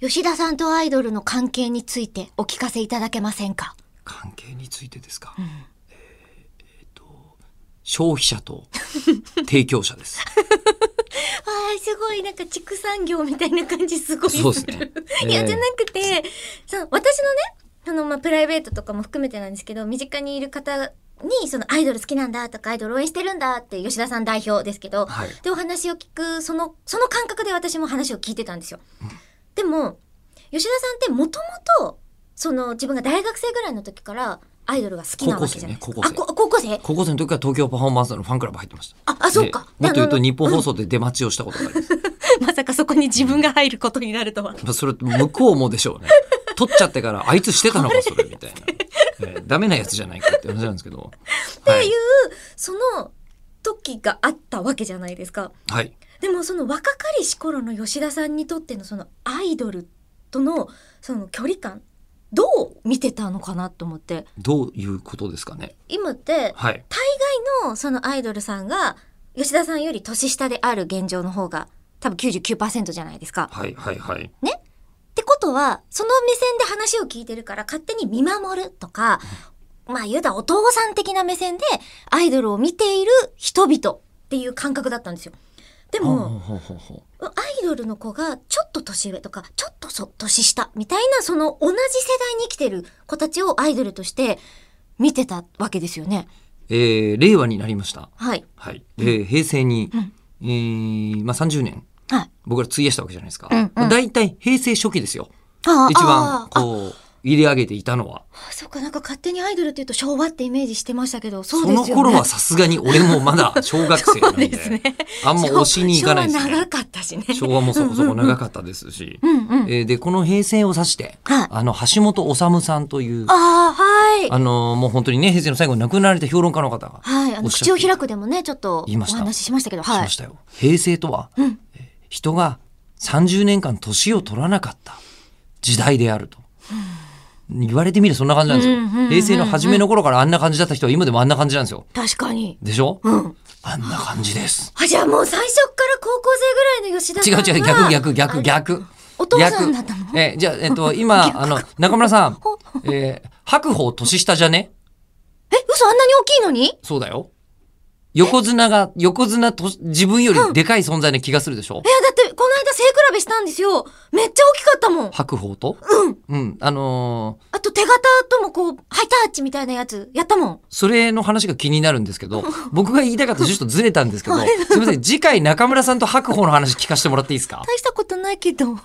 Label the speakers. Speaker 1: 吉田さんとアイドルの関係についてお聞かせいただけませんか
Speaker 2: 関係についてですか、えーえーと消費者と提供者で
Speaker 1: あ
Speaker 2: す
Speaker 1: ーすごいなんか畜産業みたいな感じすごいする
Speaker 2: そうですね
Speaker 1: い
Speaker 2: え
Speaker 1: や
Speaker 2: え
Speaker 1: じゃなくてそう私のねあの、まあ、プライベートとかも含めてなんですけど身近にいる方にそのアイドル好きなんだとかアイドル応援してるんだって吉田さん代表ですけど、
Speaker 2: はい
Speaker 1: でお話を聞くそのその感覚で私も話を聞いてたんですよ。でも吉田さんってもともとその自分が大学生ぐらいの時からアイドルが好きなわけじゃないですか。
Speaker 2: 高校生ね高校
Speaker 1: あこ高校生
Speaker 2: 高校生の時は東京パフォーマンスのファンクラブ入ってました
Speaker 1: ああそうか。
Speaker 2: でもっと言う
Speaker 1: で
Speaker 2: と
Speaker 1: あの
Speaker 2: 日本放送で出待ちをしたことがあります、
Speaker 1: まさかそこに自分が入ることになるとは。
Speaker 2: まあそれ向こうもでしょうね取っちゃってからあいつしてたのかそれみたいな、えーダメなやつじゃないかって話なんですけど
Speaker 1: っ
Speaker 2: は
Speaker 1: てい、、
Speaker 2: いう
Speaker 1: その時があったわけじゃないですか。
Speaker 2: はい、
Speaker 1: でもその若かりし頃の吉田さんにとってのそのアイドルとのその距離感、どう見てたのかなと思って。
Speaker 2: どういうことですかね
Speaker 1: 今って、
Speaker 2: はい
Speaker 1: 大概のそのアイドルさんが、吉田さんより年下である現状の方が、多分99%じゃないですか。
Speaker 2: はいはいはい
Speaker 1: ってことは、その目線で話を聞いてるから勝手に見守るとか、まあ言うたらお父さん的な目線でアイドルを見ている人々っていう感覚だったんですよ。で
Speaker 2: ほう
Speaker 1: も、
Speaker 2: ほうほうほう
Speaker 1: アイドルの子がちょっと年上とか、ちょっとそ年下みたいなその同じ世代に生きてる子たちをアイドルとして見てたわけですよね。
Speaker 2: えー令和になりました
Speaker 1: はい。
Speaker 2: はい、で平成に、
Speaker 1: うん
Speaker 2: えーまあ、30年
Speaker 1: はい。
Speaker 2: 僕ら費やしたわけじゃないですか、
Speaker 1: うんうん
Speaker 2: まあ、大体平成初期ですよ
Speaker 1: あ
Speaker 2: 一
Speaker 1: あ
Speaker 2: 番
Speaker 1: あ
Speaker 2: こう入れ上げていたのは
Speaker 1: あそっか、なんか勝手にアイドルって言うと昭和ってイメージしてましたけど、そ
Speaker 2: そう
Speaker 1: ですよ
Speaker 2: の
Speaker 1: ね。
Speaker 2: 頃はさすがに俺もまだ小学生なんで
Speaker 1: そうですね
Speaker 2: あんま押しに行かないです
Speaker 1: 昭和長
Speaker 2: ね
Speaker 1: かったしね。
Speaker 2: 昭和もそこそこ長かったですし、
Speaker 1: うんうん。
Speaker 2: えーでこの平成を指して、
Speaker 1: はい
Speaker 2: あの橋本治さんというあ
Speaker 1: ああ、はい。
Speaker 2: のーもう本当にね平成の最後に亡くなられた評論家の方が
Speaker 1: はい。あ
Speaker 2: お
Speaker 1: の、
Speaker 2: っしゃっ
Speaker 1: 口
Speaker 2: て
Speaker 1: を開くでもね、ちょっと
Speaker 2: 言い
Speaker 1: お
Speaker 2: ました
Speaker 1: 話ししましたけど、
Speaker 2: し
Speaker 1: は
Speaker 2: ま
Speaker 1: い
Speaker 2: し。たよ。平成とは、
Speaker 1: うん
Speaker 2: えー人が30年間年を取らなかった時代であると。言われてみればそんな感じなんですよ。
Speaker 1: うんうんうんうん
Speaker 2: 平成の初めの頃からあんな感じだった人は今でもあんな感じなんですよ。
Speaker 1: 確かに。
Speaker 2: でしょ、
Speaker 1: うん。
Speaker 2: あんな感じです。
Speaker 1: あ、じゃあもう最初から高校生ぐらいの吉田さ
Speaker 2: 違
Speaker 1: ん
Speaker 2: う
Speaker 1: が。
Speaker 2: 違う、逆逆逆逆。
Speaker 1: お父さんだったの
Speaker 2: 逆えーじゃあ、えっと、今、あの、中村さん、えー白鵬年下じゃね
Speaker 1: え、嘘あんなに大きいのに
Speaker 2: そうだよ。横綱が、横綱と、自分よりでかい存在な気がするでしょ
Speaker 1: え、だってこの間背比べしたんですよ。めっちゃ大きかったもん。
Speaker 2: 白鵬と
Speaker 1: うん。
Speaker 2: うん。あのー、
Speaker 1: あと手形ともこう、ハイタッチみたいなやつやったもん。
Speaker 2: それの話が気になるんですけ ど、僕が言いたかったちょっとずれたんですけど、すみません、次回中村さんと白鵬の話聞かせてもらっていいですか
Speaker 1: 大したことないけど。